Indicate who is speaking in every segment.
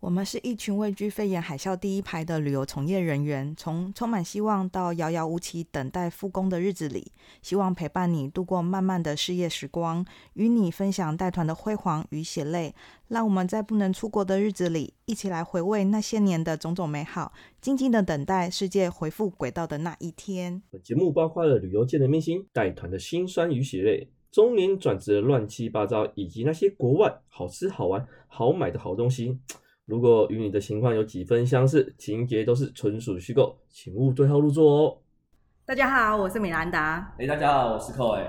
Speaker 1: 我们是一群位居肺炎海啸第一排的旅游从业人员，从充满希望到遥遥无期等待复工的日子里，希望陪伴你度过漫漫的事业时光，与你分享带团的辉煌与血泪。让我们在不能出国的日子里，一起来回味那些年的种种美好，静静的等待世界回复轨道的那一天。
Speaker 2: 本节目包括了旅游界的明星、带团的辛酸与血泪、中年转职的乱七八糟，以及那些国外好吃好玩好买的好东西。如果与你的情况有几分相似，情节都是纯属虚构，请勿对号入座哦。
Speaker 1: 大家好，我是米兰达。
Speaker 3: 哎、大家好，我是寇哎、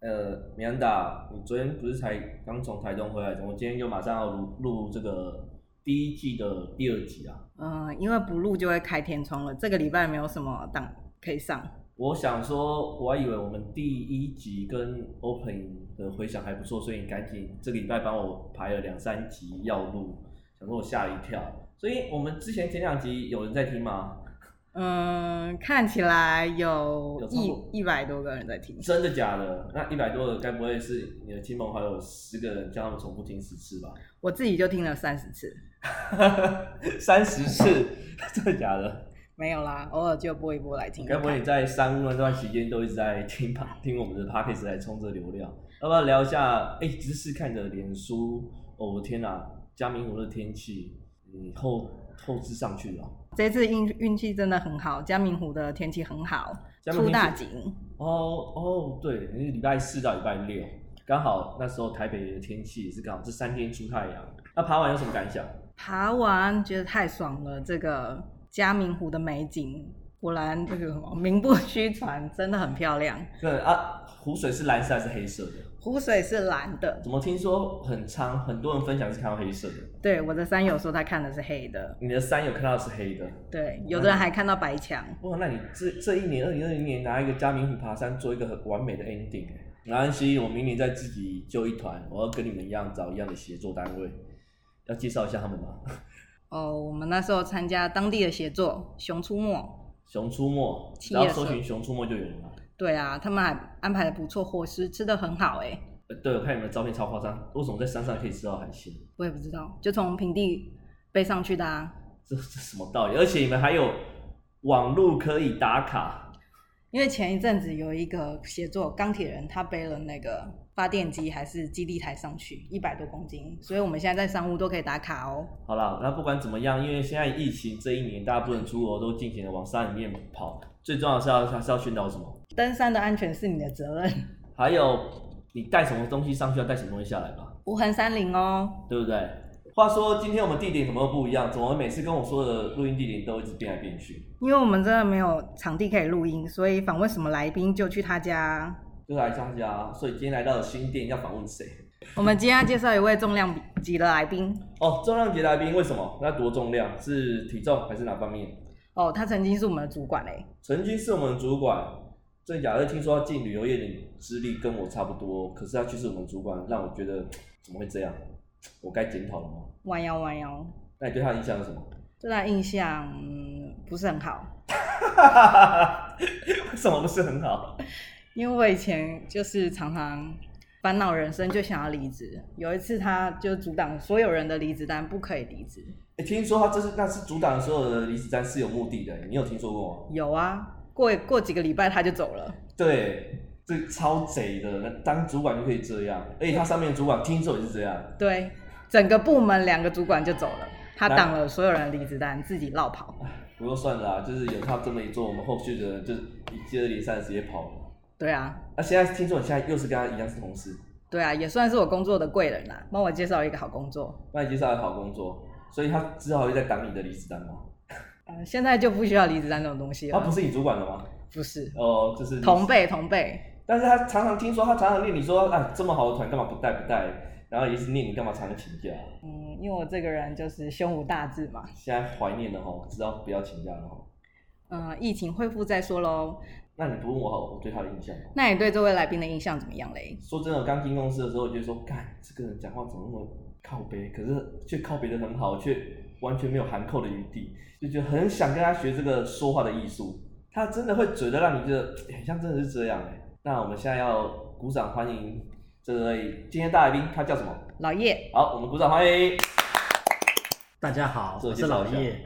Speaker 3: 呃，米安达，你昨天不是才刚从台东回来，怎么今天就马上要录录这个第一季的第二集啊？
Speaker 1: 嗯、因为不录就会开天窗了，这个礼拜没有什么档可以上。
Speaker 3: 我想说，我还以为我们第一集跟 Open 的回响还不错，所以你赶紧这个礼拜帮我排了两三集要录，想说我吓了一跳。所以我们之前前两集有人在听吗？
Speaker 1: 嗯，看起来有
Speaker 3: 有超过
Speaker 1: 一一百多个人在听。
Speaker 3: 真的假的？那一百多个该不会是你的亲朋好友十个人叫他们重复听十次吧？
Speaker 1: 我自己就听了三十次，
Speaker 3: 三十次， 真的假的？
Speaker 1: 没有啦，偶尔就播一播来听听
Speaker 3: 该
Speaker 1: 看。
Speaker 3: 不会你在商务那段期间都一直在听吧？听我们的 podcast 来冲着流量？要不要聊一下？哎、只是看你的脸书，哦，我的天哪、嘉明湖的天气，你后后置上去了啊、
Speaker 1: 这次运运气真的很好，嘉明湖的天气很好，
Speaker 3: 嘉明湖
Speaker 1: 出大
Speaker 3: 天
Speaker 1: 景。
Speaker 3: 哦哦，对，你是礼拜四到礼拜六，刚好那时候台北的天气也是刚好这三天出太阳。那爬完有什么感想？
Speaker 1: 爬完觉得太爽了，这个嘉明湖的美景果然这个什么名不虚传，真的很漂亮。
Speaker 3: 对啊，湖水是蓝色还是黑色的？
Speaker 1: 湖水是蓝的，
Speaker 3: 怎么听说很长，很多人分享是看到黑色的？
Speaker 1: 对，我的山友说他看的是黑的，
Speaker 3: 你的山有看到是黑的？
Speaker 1: 对，有的人还看到白墙。
Speaker 3: 哇，那你这这一年，二零二零年拿一个嘉明湖爬山做一个很完美的 ending，哎没关系，我明年再自己揪一团，我要跟你们一样找一样的协作单位，要介绍一下他们吗？
Speaker 1: 哦，我们那时候参加当地的协作《熊出没》，
Speaker 3: 熊出没，
Speaker 1: 企
Speaker 3: 只
Speaker 1: 业
Speaker 3: 要搜
Speaker 1: 社
Speaker 3: 寻熊出没就有了嘛。
Speaker 1: 对啊，他们还安排的不错，伙食吃的很好哎、
Speaker 3: 呃对，我看你们的照片超夸张，为什么在山上可以吃到海鲜？
Speaker 1: 我也不知道，就从平地背上去的啊。
Speaker 3: 这这什么道理？而且你们还有网路可以打卡，
Speaker 1: 因为前一阵子有一个协作钢铁人，他背了那个发电机还是基地台上去，一百多公斤，所以我们现在在商务都可以打卡哦。
Speaker 3: 好啦，那不管怎么样，因为现在疫情这一年，大家不能出国，都尽情的往山里面跑。最重要的是要还是要宣导什么？
Speaker 1: 登山的安全是你的责任，
Speaker 3: 还有你带什么东西上去，要带什么东西下来吧，
Speaker 1: 无痕山林哦。
Speaker 3: 对不对？话说今天我们地点怎么都不一样？怎么每次跟我说的录音地点都一直变来变去？
Speaker 1: 因为我们真的没有场地可以录音，所以访问什么来宾就去他家。
Speaker 3: 就来张家，所以今天来到了新店，要访问谁？
Speaker 1: 我们今天要介绍一位重量级的来宾
Speaker 3: 哦，重量级来宾为什么？那多重量？是体重还是哪方面？
Speaker 1: 哦，他曾经是我们的主管嘞、欸
Speaker 3: 曾经是我们主管，真假的听说他进旅游业的资历跟我差不多，可是他却是我们主管，让我觉得怎么会这样？我该检讨了吗？
Speaker 1: 弯腰弯腰，
Speaker 3: 那你对他的印象是什么？
Speaker 1: 对他印象、嗯、不是很好，
Speaker 3: 为什么不是很好？
Speaker 1: 因为我以前就是常常烦恼人生，就想要离职。有一次，他就阻挡所有人的离职单，不可以离职。
Speaker 3: 欸、听说他这是那是阻挡所有的离职单是有目的的，你有听说过吗？
Speaker 1: 有啊，过过几个礼拜他就走了。
Speaker 3: 对，这超贼的，那当主管就可以这样，而且他上面的主管听说也是这样。
Speaker 1: 对，整个部门两个主管就走了，他
Speaker 3: 那
Speaker 1: 挡了所有人的离职单，自己绕跑。
Speaker 3: 不过算了啦，啊就是有他这么一做，我们后续的人就是一接二连三的直接跑了。
Speaker 1: 对啊，
Speaker 3: 那、现在听说你现在又是跟他一样是同事，
Speaker 1: 对啊，也算是我工作的贵人啦、帮我介绍一个好工作。
Speaker 3: 那你介绍了好工作，所以他只好又在挡你的离职单吗？
Speaker 1: 呃，现在就不需要离职单这种东西
Speaker 3: 他
Speaker 1: 了。
Speaker 3: 不是你主管了吗？
Speaker 1: 不是
Speaker 3: 哦、就是
Speaker 1: 啊同，辈同辈，
Speaker 3: 但是他常常听说，他常常念你说，啊，这么好的团干嘛不带不带？然后也是念你干嘛常常请假？
Speaker 1: 嗯，因为我这个人就是胸无大志嘛。
Speaker 3: 现在怀念了哈，知道不要请假了哈。
Speaker 1: 嗯、
Speaker 4: 呃
Speaker 1: 疫情恢复再说喽。
Speaker 3: 那你不问我好，我对他的印象吗？哦
Speaker 1: 那你对这位来宾的印象怎么样嘞？
Speaker 3: 说真的，我刚进公司的时候，我就说，干，这个人讲话怎么那么靠背？可是却靠背的很好，却完全没有含扣的余地，就觉得很想跟他学这个说话的艺术。他真的会嘴的让你觉得，哎很像真的是这样哎、那我们现在要鼓掌欢迎这位今天大来宾，他叫什么？
Speaker 1: 老叶，
Speaker 3: 好，我们鼓掌欢迎。
Speaker 5: 大家好，
Speaker 3: 自我
Speaker 5: 我
Speaker 3: 介
Speaker 5: 是
Speaker 3: 绍
Speaker 5: 老
Speaker 3: 一下
Speaker 5: 叶，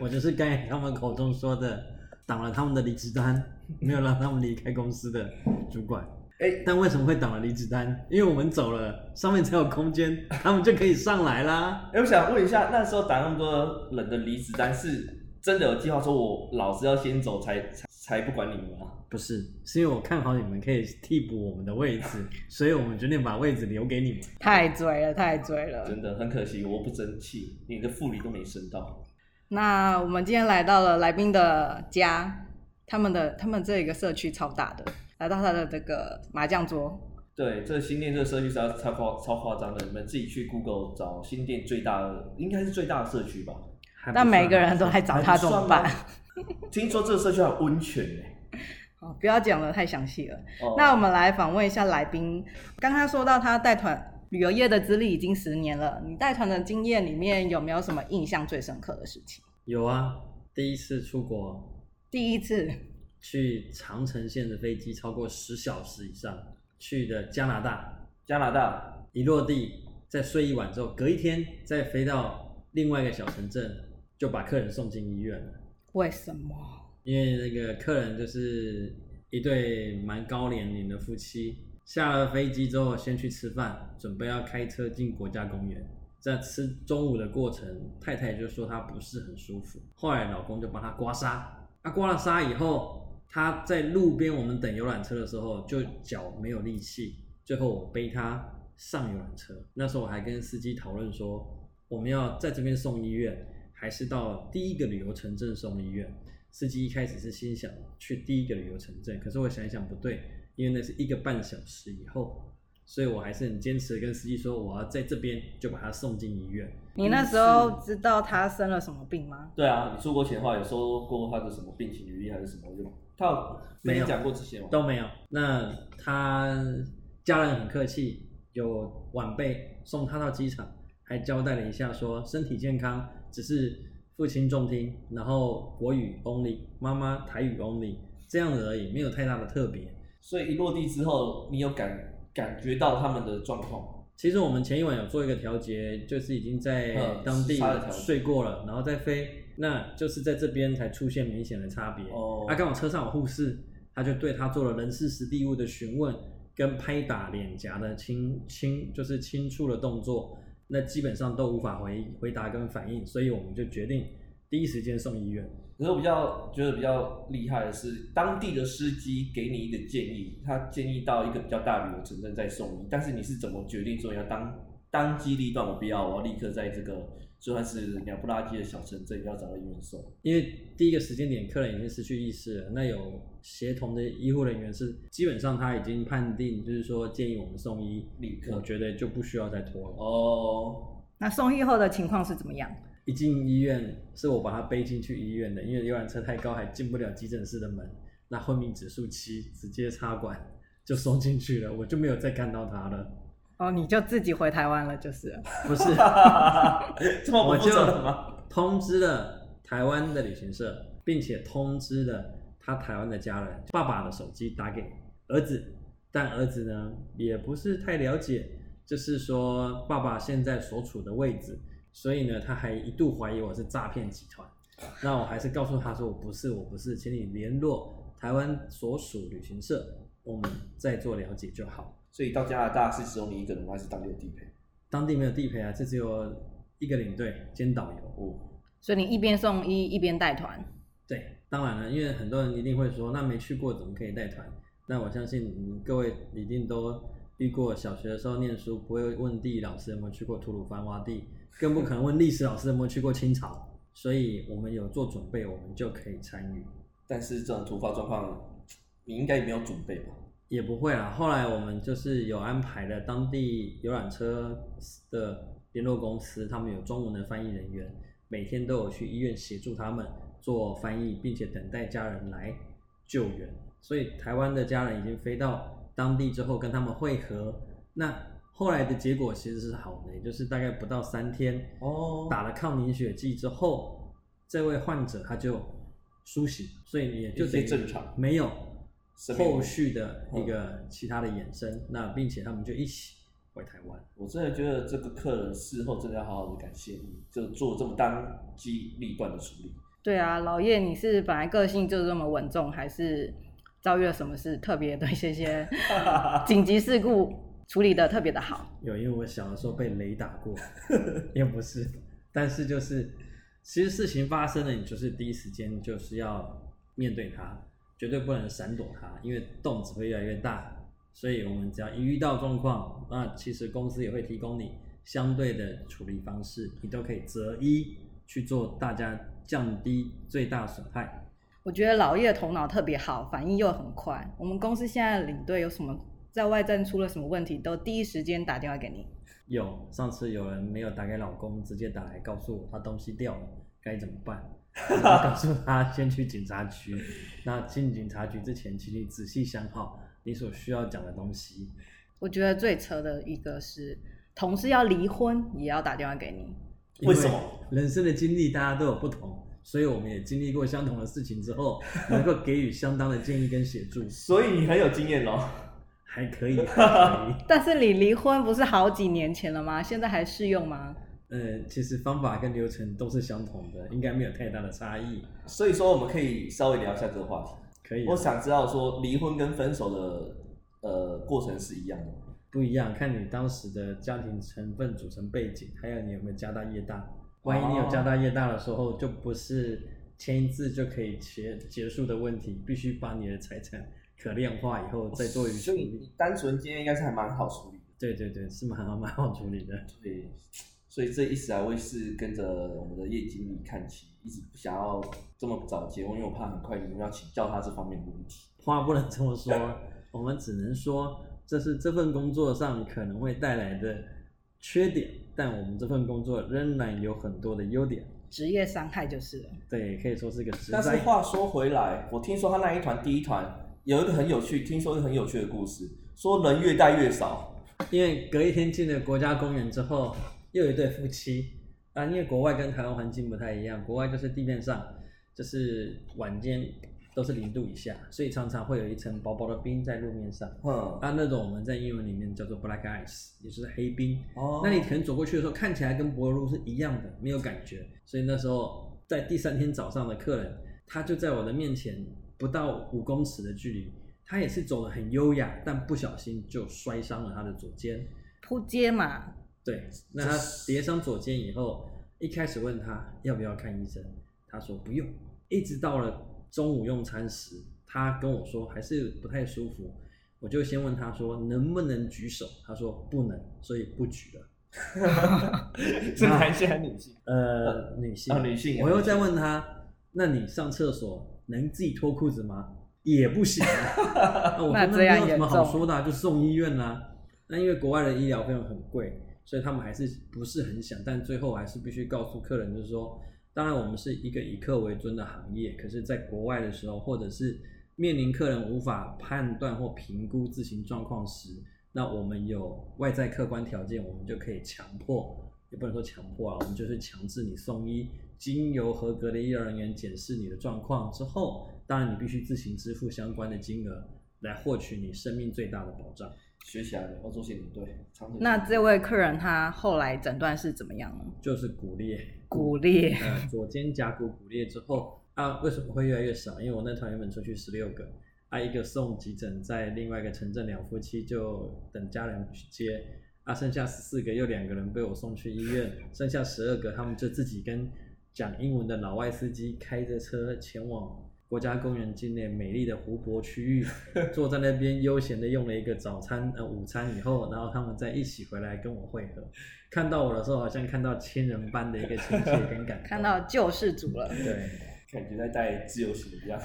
Speaker 5: 我就是刚才他们口中说的挡了他们的离职单，没有让他们离开公司的主管。
Speaker 3: 哎、
Speaker 5: 但为什么会挡了离职单？因为我们走了，上面才有空间，他们就可以上来啦。
Speaker 3: 哎、我想问一下，那时候打那么多人的离职单，是真的有计划说我老师要先走才才才不管你们吗？
Speaker 5: 不是，是因为我看好你们可以替补我们的位置，所以我们决定把位置留给你们。
Speaker 4: 太追了，太追了。
Speaker 3: 真的很可惜，我不争气，你的副理都没升到。
Speaker 4: 那我们今天来到了来宾的家，他们的他们这个社区超大的，来到他的这个麻将桌，
Speaker 3: 对，这个新店这个社区超超夸超夸张的，你们自己去 Google 找新店最大的，应该是最大的社区吧？
Speaker 5: 还不
Speaker 4: 但每
Speaker 5: 算
Speaker 4: 个人都来找他怎么办
Speaker 3: 还？不算吗？ 听说这个社区还有温泉呢、
Speaker 4: 哦，不要讲的太详细了。
Speaker 3: 哦
Speaker 4: 那我们来访问一下来宾，刚刚说到他带团旅游业的资历已经十年了，你带团的经验里面有没有什么印象最深刻的事情？
Speaker 5: 有啊，第一次出国
Speaker 4: 第一次
Speaker 5: 去长城线的飞机超过十小时以上，去的加拿大，
Speaker 3: 加拿大
Speaker 5: 一落地再睡一晚之后，隔一天再飞到另外一个小城镇，就把客人送进医院了。
Speaker 4: 为什么？
Speaker 5: 因为那个客人就是一对蛮高年龄的夫妻，下了飞机之后先去吃饭，准备要开车进国家公园。在吃中午的过程，太太就说她不是很舒服，后来老公就帮她刮痧。她刮了痧以后，她在路边我们等游览车的时候，就脚没有力气，最后我背她上游览车。那时候我还跟司机讨论说，我们要在这边送医院，还是到第一个旅游城镇送医院？司机一开始是心想去第一个旅游城镇，可是我想一想不对，因为那是一个半小时以后，所以我还是很坚持地跟司机说，我要在这边就把他送进医院。
Speaker 4: 你那时候知道他生了什么病吗？
Speaker 3: 对啊，你出国前的话有说过他的什么病情履历还是什么？就他有
Speaker 5: 没
Speaker 3: 跟
Speaker 5: 有
Speaker 3: 你讲过这些吗？
Speaker 5: 都没有。那他家人很客气，有晚辈送他到机场，还交代了一下说身体健康，只是父亲重听，然后国语 only，妈妈台语 only，这样子而已，没有太大的特别。
Speaker 3: 所以一落地之后，你有感感觉到他们的状况吗？
Speaker 5: 其实我们前一晚有做一个调节，就是已经在
Speaker 3: 嗯
Speaker 5: 当地
Speaker 3: 杀了调节
Speaker 5: 睡过了，然后再飞，那就是在这边才出现明显的差别。
Speaker 3: 哦
Speaker 5: 啊，刚好车上有护士，他就对他做了人事实地物的询问，跟拍打脸颊的轻轻就是轻触的动作，那基本上都无法回回答跟反应，所以我们就决定第一时间送医院。
Speaker 3: 可是我比较觉得比较厉害的是，当地的司机给你一个建议，他建议到一个比较大旅游城镇再送你，但是你是怎么决定说要当当机立断？我不要，我要立刻在这个就算是鸟不拉几的小城镇，要找到医院送。
Speaker 5: 因为第一个时间点，客人已经失去意识了。那有协同的医护人员是基本上他已经判定，就是说建议我们送医，
Speaker 3: 立刻
Speaker 5: 我觉得就不需要再拖了。
Speaker 3: 哦，
Speaker 4: 那送医后的情况是怎么样？
Speaker 5: 一进医院，是我把他背进去医院的，因为游览车太高，还进不了急诊室的门。那昏迷指数七，直接插管就送进去了，我就没有再看到他了。
Speaker 4: 哦，你就自己回台湾了，就是了。
Speaker 5: 不是，
Speaker 3: 这么
Speaker 5: 我
Speaker 3: 不负
Speaker 5: 就
Speaker 3: 责任吗？
Speaker 5: 通知了台湾的旅行社，并且通知了他台湾的家人，爸爸的手机打给儿子，但儿子呢也不是太了解，就是说爸爸现在所处的位置，所以呢他还一度怀疑我是诈骗集团。那我还是告诉他说我不是，我不是，请你联络台湾所属旅行社，我们再做了解就好。
Speaker 3: 所以到加拿大是只有你一个人吗，还是当地有地陪？
Speaker 5: 当地没有地陪啊，这只有一个领队兼导游。
Speaker 3: 哦，
Speaker 4: 所以你一边送医一边带团，
Speaker 5: 对，当然了，因为很多人一定会说，那没去过怎么可以带团？那我相信你们各位一定都遇过，小学的时候念书不会问地理老师有没有去过吐鲁番洼地，更不可能问历史老师有没有去过清朝。所以我们有做准备，我们就可以参与，
Speaker 3: 但是这种突发状况，你应该也没有准备吧？
Speaker 5: 也不会啦。后来我们就是有安排了当地游览车的联络公司，他们有中文的翻译人员，每天都有去医院协助他们做翻译，并且等待家人来救援。所以台湾的家人已经飞到当地之后跟他们会合。那后来的结果其实是好的，也就是大概不到三天，
Speaker 3: 哦
Speaker 5: 打了抗凝血剂之后，这位患者他就苏醒，所以也就等于
Speaker 3: 一切正常
Speaker 5: 没有
Speaker 3: 生命哦
Speaker 5: 后续的一个其他的衍生。那并且他们就一起。回回台湾。
Speaker 3: 我真的觉得这个客人事后真的要好好的感谢你，就做这么当机立断的处理。
Speaker 1: 对啊，老叶，你是本来个性就这么稳重，还是遭遇了什么事特别对这些紧急事故处理的特别的好？
Speaker 5: 有，因为我小的时候被雷打过， 也不是，但是就是，其实事情发生了，你就是第一时间就是要面对它，绝对不能闪躲它，因为洞只会越来越大。所以我们只要一遇到状况，那其实公司也会提供你相对的处理方式，你都可以择一去做，大家降低最大损害。
Speaker 1: 我觉得老叶头脑特别好，反应又很快。我们公司现在的领队有什么在外站出了什么问题，都第一时间打电话给你。
Speaker 5: 有，上次有人没有打给老公，直接打来告诉我他东西掉了，该怎么办？ 然后告诉他先去警察局。那进警察局之前，请你仔细想好你所需要讲的东西。
Speaker 1: 我觉得最扯的一个是，同事要离婚也要打电话给你。
Speaker 3: 为什么？
Speaker 5: 人生的经历大家都有不同，所以我们也经历过相同的事情之 后，能够给予相当的建议跟协助，
Speaker 3: 所以你很有经验哦。
Speaker 5: 还可以，还可以。
Speaker 1: 但是你离婚不是好几年前了吗？现在还适用吗？
Speaker 5: 呃，其实方法跟流程都是相同的，应该没有太大的差异。
Speaker 3: 所以说我们可以稍微聊一下这个话题。
Speaker 5: 可以啊、
Speaker 3: 我想知道说离婚跟分手的呃过程是一样的吗。
Speaker 5: 不一样，看你当时的家庭成分组成背景，还有你有没有家大业大。万一你有
Speaker 3: 哦
Speaker 5: 家大业大的时候，就不是签一字就可以结结束的问题，必须把你的财产可量化以后再做一个处
Speaker 3: 哦所以
Speaker 5: 理
Speaker 3: 你。单纯今天应该是还蛮好处理的。
Speaker 5: 对对对，是蛮好蛮好处理的。
Speaker 3: 对，所以这一直来我也是跟着我们的叶经理看齐，一直不想要这么早结婚，因为我怕很快你们要请教他这方面的问题。
Speaker 5: 话不能这么说，我们只能说这是这份工作上可能会带来的缺点，但我们这份工作仍然有很多的优点。
Speaker 1: 职业伤害就是了。
Speaker 5: 对，可以说是一个实
Speaker 3: 但是
Speaker 5: 在。
Speaker 3: 话说回来，我听说他那一团第一团有一个很有趣，听说一个很有趣的故事，说人越带越少。
Speaker 5: 因为隔一天进了国家公园之后，又有一对夫妻啊，因为国外跟台湾环境不太一样，国外就是地面上就是晚间都是零度以下，所以常常会有一层薄薄的冰在路面上。
Speaker 3: 嗯，
Speaker 5: 啊，那种我们在英文里面叫做 black ice，也就是黑冰。
Speaker 3: 哦
Speaker 5: 那你可能走过去的时候，看起来跟柏油路是一样的，没有感觉。所以那时候在第三天早上的客人，他就在我的面前不到五公尺的距离，他也是走得很优雅，但不小心就摔伤了他的左肩。
Speaker 1: 扑街嘛，
Speaker 5: 对，那他跌伤左肩以后，一开始问他要不要看医生，他说不用，一直到了中午用餐时，他跟我说还是不太舒服，我就先问他说能不能举手，他说不能，所以不举了。
Speaker 3: 是男性还是女性？
Speaker 5: 呃，女性，
Speaker 3: 啊女性啊
Speaker 5: 我又再
Speaker 3: 女性
Speaker 5: 问他，那你上厕所能自己脱裤子吗？也不行、啊。那我
Speaker 1: 那
Speaker 5: 说那
Speaker 1: 这
Speaker 5: 没
Speaker 1: 样
Speaker 5: 有什
Speaker 1: 严
Speaker 5: 么好
Speaker 1: 重
Speaker 5: 说的、啊，就送医院啦、那因为国外的医疗费用很贵，所以他们还是不是很想，但最后还是必须告诉客人，就是说，当然我们是一个以客为尊的行业，可是在国外的时候，或者是面临客人无法判断或评估自行状况时，那我们有外在客观条件，我们就可以强迫，也不能说强迫啊，我们就是强制你送医，经由合格的医疗人员检视你的状况之后，当然你必须自行支付相关的金额，来获取你生命最大的保障。
Speaker 3: 学起来了，要做些领队。长腿
Speaker 1: 那这位客人他后来诊断是怎么样呢？
Speaker 5: 就是骨裂，
Speaker 1: 骨裂，
Speaker 5: 呃，左肩胛骨骨裂之后啊，为什么会越来越少？因为我那团原本出去十六个，啊，一个送急诊，在另外一个城镇，两夫妻就等家人去接，啊，剩下十四个又两个人被我送去医院，剩下十二个他们就自己跟讲英文的老外司机开着车前往。国家公园境内美丽的湖泊区域，坐在那边悠闲的用了一个早餐呃午餐以后，然后他们再一起回来跟我会合。看到我的时候，好像看到亲人般的一个亲切跟感动。
Speaker 1: 看到救世主了。
Speaker 5: 对，
Speaker 3: 感觉在带自由行一 样。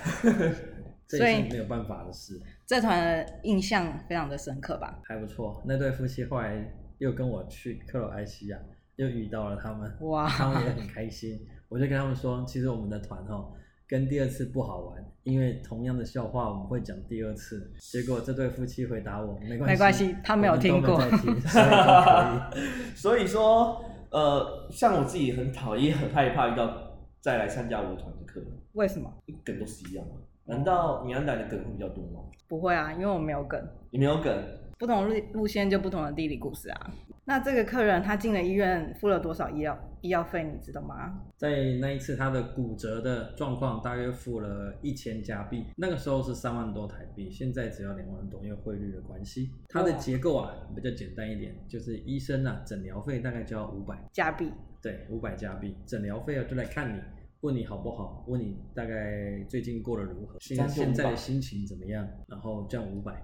Speaker 5: 这
Speaker 1: 所
Speaker 5: 也
Speaker 1: 以
Speaker 5: 是没有办法的事，
Speaker 1: 这团印象非常的深刻吧？
Speaker 5: 还不错。那对夫妻后来又跟我去克罗埃西亚，又遇到了他们，
Speaker 1: 哇
Speaker 5: 他们也很开心。我就跟他们说，其实我们的团哦，跟第二次不好玩，因为同样的笑话我们会讲第二次。结果这对夫妻回答我，没关系，
Speaker 1: 没关系他没有听过
Speaker 5: 我们都 没在听所以都可以。
Speaker 3: 所以说，呃，像我自己很讨厌、很害怕遇到再来参加我的团的客人，
Speaker 1: 为什么？
Speaker 3: 梗都是一样的。难道米兰达的梗会比较多吗？
Speaker 1: 不会啊，因为我没有梗。
Speaker 3: 你没有梗，
Speaker 1: 不同路路线就不同的地理故事啊。那这个客人他进了医院，付了多少医药医药费，你知道吗？
Speaker 5: 在那一次他的骨折的状况，大约付了一千加币，那个时候是三万多台币，现在只要两万多，因为汇率的关系。它的结构啊比较简单一点，就是医生啊诊疗费大概就要五百，
Speaker 1: 加币，
Speaker 5: 对，五百加币，诊疗费啊就来看你。问你好不好？问你大概最近过得如何？现
Speaker 3: 将近
Speaker 5: 现在
Speaker 3: 500
Speaker 5: 的心情怎么样？然后这样五百，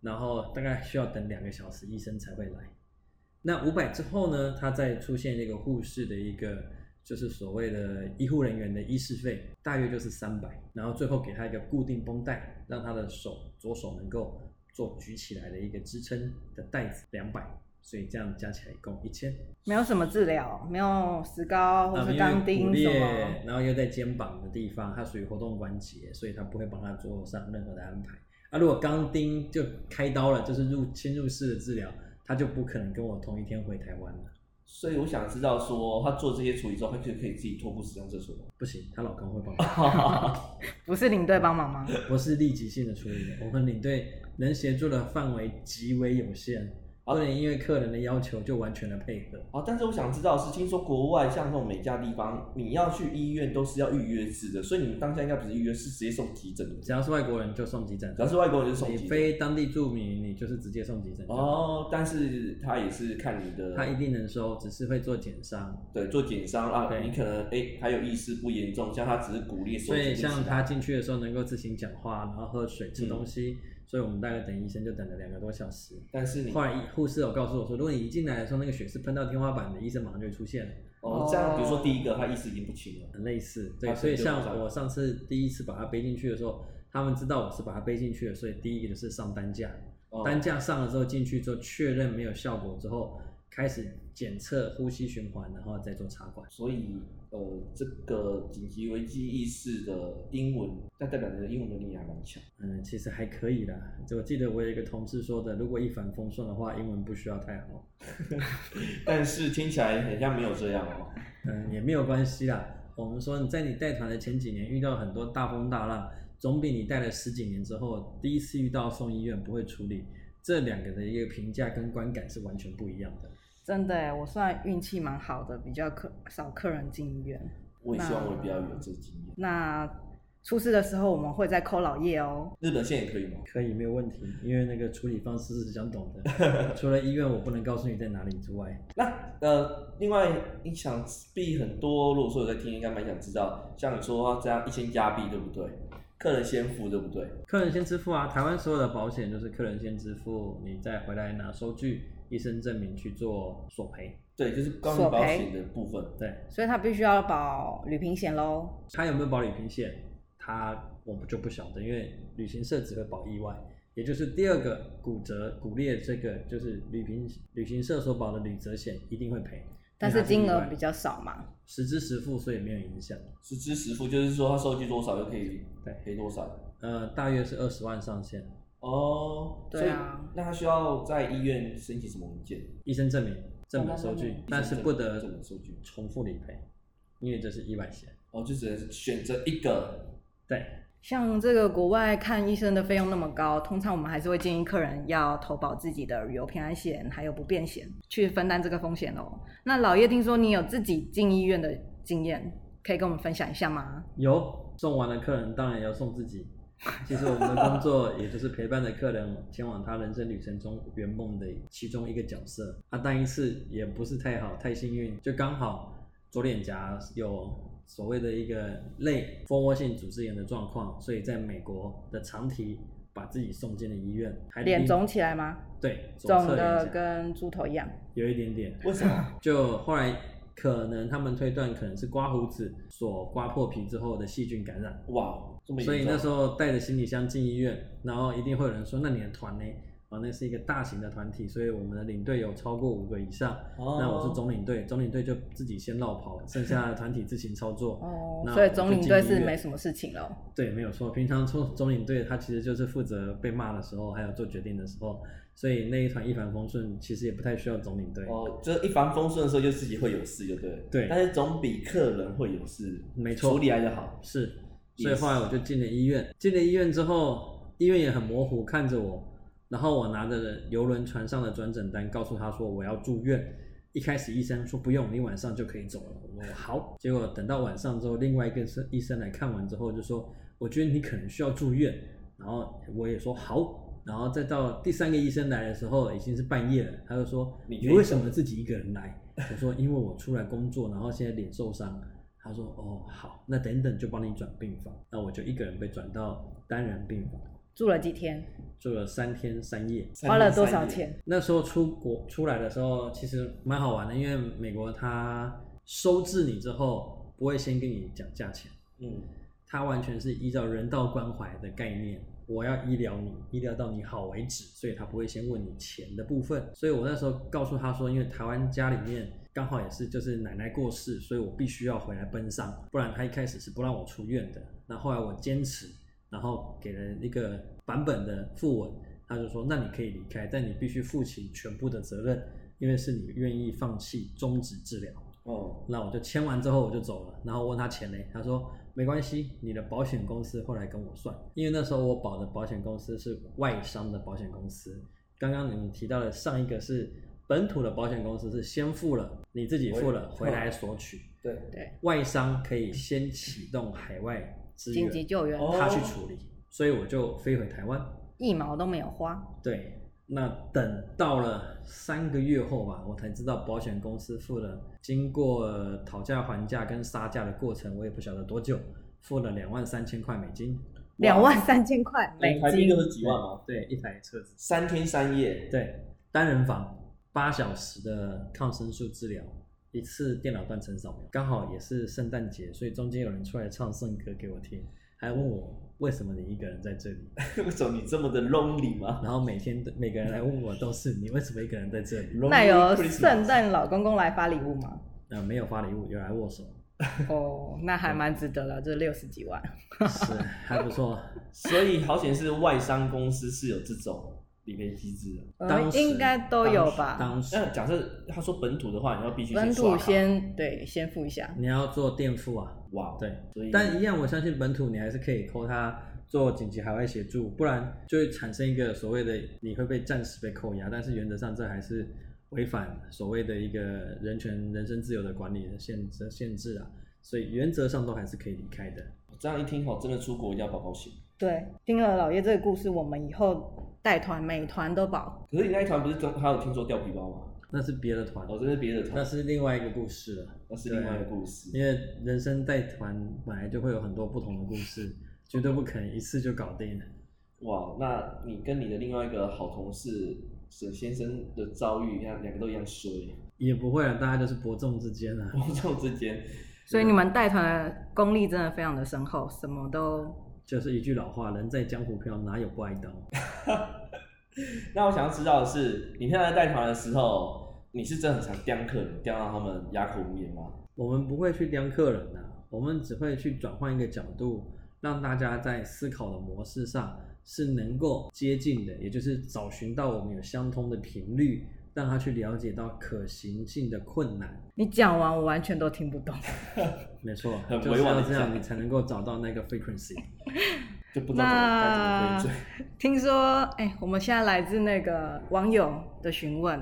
Speaker 5: 然后大概需要等两个小时，医生才会来。那五百之后呢，它再出现一个护士的一个，就是所谓的医护人员的医事费，大约就是三百，然后最后给他一个固定绷带，让他的手左手能够做举起来的一个支撑的带子两百，所以这样加起来一共一千。
Speaker 1: 没有什么治疗，没有石膏或
Speaker 5: 啊，
Speaker 1: 哦是
Speaker 5: 因
Speaker 1: 钢
Speaker 5: 为骨
Speaker 1: 钉什
Speaker 5: 裂
Speaker 1: 么。，
Speaker 5: 然后又在肩膀的地方，它属于活动关节，所以它不会帮它做上任何的安排。啊，如果钢钉就开刀了，就是入侵入式的治疗，他就不可能跟我同一天回台湾了，
Speaker 3: 所以我想知道说，她做这些处理之后，她就可以自己脱裤子上厕 所吗？
Speaker 5: 不行，她老公会帮忙。
Speaker 1: 不是领队帮忙吗？
Speaker 5: 不是立即性的处理的，我们领队能协助的范围极为有限，不能因为客人的要求就完全的配合。
Speaker 3: 啊，但是我想知道的是，听说国外像这种美加地方，你要去医院都是要预约制的，所以你们当下应该不是预约，是直接送急诊的。
Speaker 5: 只要是外国人就送急诊，
Speaker 3: 只要是外国人就送急诊。
Speaker 5: 你非当地住民，你就是直接送急诊。，
Speaker 3: 哦，但是他也是看你的，
Speaker 5: 他一定能收，只是会做减伤。
Speaker 3: 对做减伤啊，
Speaker 5: 对
Speaker 3: 你可能哎、还有意识不严重，像他只是骨裂手
Speaker 5: 所
Speaker 3: 指
Speaker 5: 以
Speaker 3: 裂起来，
Speaker 5: 像他进去的时候能够自行讲话，然后喝水、
Speaker 3: 嗯
Speaker 5: 吃东西，所以我们大概等医生就等了两个多小时。
Speaker 3: 但是你
Speaker 5: 后来护士有告诉我说，如果你一进来的时候那个血是喷到天花板的，医生马上就会出现了，
Speaker 3: 哦，这样比如说第一个他意识已经不清了，
Speaker 5: 很类似。
Speaker 3: 啊
Speaker 5: 对，所以
Speaker 3: 对对
Speaker 5: 像
Speaker 3: 对
Speaker 5: 我上次第一次把他背进去的时候，他们知道我是把他背进去的，所以第一个就是上担架，
Speaker 3: 哦
Speaker 5: 担架上了之后进去之后确认没有效果之后，开始检测呼吸循环，然后再做插管。
Speaker 3: 所以呃，这个紧急危机意识的英文，那代表你的英文能力还蛮强。
Speaker 5: 嗯，其实还可以啦。就我记得我有一个同事说的，如果一帆风顺的话，英文不需要太好。
Speaker 3: 但是听起来很像没有这样哦。
Speaker 5: 嗯，也没有关系啦。我们说，在你带团的前几年遇到很多大风大浪，总比你带了十几年之后第一次遇到送医院不会处理，这两个的一个评价跟观感是完全不一样的。
Speaker 1: 真的欸耶，我算运气蛮好的，比较客少客人进医院。
Speaker 3: 我也希望我也不要有这经验。
Speaker 1: 那出事的时候我们会再扣老叶哦。
Speaker 3: 日本线也可以吗？
Speaker 5: 可以，没有问题，因为那个处理方式是相同的。除了医院我不能告诉你在哪里之外，
Speaker 3: 那呃，另外你想必很多，如果说有在听，应该蛮想知道，像你说这样一千加币，对不对？客人先付，对不对？
Speaker 5: 客人先支付啊，台湾所有的保险就是客人先支付，你再回来拿收据、医生证明去做索赔。
Speaker 3: 对，就是关于
Speaker 1: 索赔
Speaker 3: 保险的部分。
Speaker 5: 对，
Speaker 1: 所以他必须要保旅平险喽。
Speaker 5: 他有没有保旅行险，他我们就不晓得，因为旅行社只会保意外，也就是第二个骨折、骨裂这个，就是旅行旅行社所保的旅折险一定会赔，
Speaker 1: 但
Speaker 5: 因为
Speaker 1: 是
Speaker 5: 它是意
Speaker 1: 金额
Speaker 5: 外
Speaker 1: 比较少嘛。
Speaker 5: 实支实付，所以没有影响。
Speaker 3: 实支实付就是说他收据多少就可以
Speaker 5: 对
Speaker 3: 赔多少。
Speaker 5: 呃，大约是二十万上限，
Speaker 3: 哦，
Speaker 1: 对啊
Speaker 3: 所以那他需要在医院申请什么文件？
Speaker 5: 医生证明、正本收据，但是不得
Speaker 3: 正本收据
Speaker 5: 重复理赔，因为这是意外险。
Speaker 3: 哦，就只能选择一个。
Speaker 5: 对，
Speaker 1: 像这个国外看医生的费用那么高，通常我们还是会建议客人要投保自己的旅游平安险，还有不便险，去分担这个风险哦。那老叶，听说你有自己进医院的经验，可以跟我们分享一下吗？
Speaker 5: 有送完了客人，当然也要送自己。其实我们的工作也就是陪伴着客人前往他人生旅程中圆梦的其中一个角色。他、啊、但一次也不是太好，太幸运，就刚好左脸颊有所谓的一个类蜂窝性组织炎的状况，所以在美国的长提把自己送进了医院，还
Speaker 1: 脸
Speaker 5: 另
Speaker 1: 肿起来吗？
Speaker 5: 对，左
Speaker 1: 肿
Speaker 5: 侧
Speaker 1: 的
Speaker 5: 脸颊
Speaker 1: 跟猪头一样。
Speaker 5: 有一点点，
Speaker 3: 为什 么？
Speaker 5: 就后来可能他们推断可能是刮胡子所刮破皮之后的细菌感染。
Speaker 3: 哇，哦这么严重
Speaker 5: 所以那时候带着行李箱进医院，然后一定会有人说：“那你的团呢？”啊，那是一个大型的团体，所以我们的领队有超过五个以上。
Speaker 3: 哦
Speaker 5: 那我是总领队，总领队就自己先绕跑，剩下的团体自行操作。
Speaker 1: 哦
Speaker 5: 那，
Speaker 1: 所以
Speaker 5: 我
Speaker 1: 总
Speaker 5: 就
Speaker 1: 领
Speaker 5: 进
Speaker 1: 队
Speaker 5: 医
Speaker 1: 是
Speaker 5: 院
Speaker 1: 没什么事情喽。
Speaker 5: 对，没有错。平常总总领队他其实就是负责被骂的时候，还有做决定的时候，所以那一团一帆风顺，其实也不太需要总领队。
Speaker 3: 哦，就是一帆风顺的时候，就自己会有事，就对了。
Speaker 5: 对
Speaker 3: 但是总比客人会有事，
Speaker 5: 没错
Speaker 3: 处理来的好。
Speaker 5: 是，
Speaker 3: Yes
Speaker 5: 所以后来我就进了医院。进了医院之后，医院也很模糊，看着我，然后我拿着游轮船上的转诊单，告诉他说我要住院。一开始医生说不用，你晚上就可以走了。我说好。结果等到晚上之后，另外一个是医生来看完之后就说，我觉得你可能需要住院。然后我也说好。然后再到第三个医生来的时候，已经是半夜了，他就说
Speaker 3: 你
Speaker 5: 你为什么自己一个人来？我说因为我出来工作，然后现在脸受伤。他说哦好，那等等就帮你转病房。那我就一个人被转到单人病房，
Speaker 1: 住了几天，
Speaker 5: 住了三天三夜。
Speaker 1: 花了多少钱？？
Speaker 5: 那时候出国出来的时候，其实蛮好玩的，因为美国它收治你之后，不会先跟你讲价钱，
Speaker 3: 嗯，
Speaker 5: 它完全是依照人道关怀的概念，我要医疗你，医疗到你好为止，所以它不会先问你钱的部分。所以我那时候告诉他说，因为台湾家里面刚好也是就是奶奶过世，所以我必须要回来奔丧，不然他一开始是不让我出院的。那后来我坚持，然后给了一个版本的附文，他就说：“那你可以离开，但你必须负起全部的责任，因为是你愿意放弃终止治疗。”
Speaker 3: 哦，
Speaker 5: 那我就签完之后我就走了，然后问他钱嘞，他说没关系，你的保险公司会来跟我算，因为那时候我保的保险公司是外商的保险公司，刚刚你们提到的上一个是本土的保险公司是先付了，你自己付了
Speaker 3: 我
Speaker 5: 回来索取，
Speaker 3: 对，
Speaker 5: 外商可以先启动海外资
Speaker 1: 紧急
Speaker 5: 源，
Speaker 1: 救援，
Speaker 3: 哦
Speaker 5: 他去处理，所以我就飞回台湾。
Speaker 1: 一毛都没有花。
Speaker 5: 对，那等到了三个月后吧，我才知道保险公司付了，经过呃讨价还价跟杀价的过程，我也不晓得多久，付了两万三千块美金。
Speaker 1: 两万三千
Speaker 5: 哎
Speaker 1: 块美
Speaker 3: 台币
Speaker 1: 金
Speaker 3: 就，是几万嘛，
Speaker 5: 对，一台车子。
Speaker 3: 三天三夜，
Speaker 5: 对，单人房八小时的抗生素治疗，一次电脑断层扫描，刚好也是圣诞节，所以中间有人出来唱圣歌给我听，还问我为什么你一个人在这里，
Speaker 3: 为什么你这么的 lonely 吗？
Speaker 5: 然后每天都每个人来问我都是你为什么一个人在这里。
Speaker 1: 那有
Speaker 3: Lonely Christmas
Speaker 1: 圣诞老公公来发礼物吗？
Speaker 5: 呃，没有发礼物，有来握手，
Speaker 1: 哦，那还蛮值得的，这六十几万。
Speaker 5: 是还不错。
Speaker 3: 所以好险是外商公司是有这种理赔机制的。
Speaker 1: 呃
Speaker 5: 当，时
Speaker 1: 应该都有吧？
Speaker 5: 当时
Speaker 3: 那假设他说本土的话，你要必须
Speaker 1: 本土
Speaker 3: 刷卡
Speaker 1: 先对，先付一下。
Speaker 5: 你要做垫付啊，
Speaker 3: 哇，，哦
Speaker 5: 对，
Speaker 3: 所以
Speaker 5: 但一样我相信本土你还是可以扣它做紧急海外协助，不然就会产生一个所谓的你会被暂时被扣押，但是原则上这还是违反所谓的一个人权、人身自由的管理的限制限制啊，所以原则上都还是可以离开的。
Speaker 3: 哦这样一听好，真的出国一定要保保险。
Speaker 1: 对，听了老叶这个故事，我们以后带团每团都保。
Speaker 3: 可是你那一团不是真还有听说掉皮包吗？
Speaker 5: 那是别的团，
Speaker 3: 哦，这是别的团，
Speaker 5: 那是另外一个故事了。
Speaker 3: 那是另外一个故事。
Speaker 5: 因为人生带团本来就会有很多不同的故事，绝对不可能一次就搞定。
Speaker 3: 哇，那你跟你的另外一个好同事沈先生的遭遇，看两个都一样衰，
Speaker 5: 也不会啊，大家就是伯仲之间啊。
Speaker 3: 伯仲之间。
Speaker 1: 所以你们带团的功力真的非常的深厚，什么都
Speaker 5: 就是一句老话，人在江湖飘，哪有不挨刀？
Speaker 3: 那我想要知道的是，你现在带团的时候，你是真的很常刁客人，刁到他们哑口无言吗？
Speaker 5: 我们不会去刁客人啊，我们只会去转换一个角度，让大家在思考的模式上是能够接近的，也就是找寻到我们有相通的频率，让他去了解到可行性的困难。
Speaker 1: 你讲完我完全都听不懂。
Speaker 5: 没错，
Speaker 3: 很
Speaker 5: 就
Speaker 3: 委
Speaker 5: 是
Speaker 3: 婉
Speaker 5: 要
Speaker 3: 地
Speaker 5: 这样，
Speaker 3: 讲
Speaker 5: 你才能够找到那个 frequency。
Speaker 3: 就不知道怎么该怎么
Speaker 1: 那
Speaker 3: 回嘴。
Speaker 1: 听说，哎、我们现在来自那个网友的询问，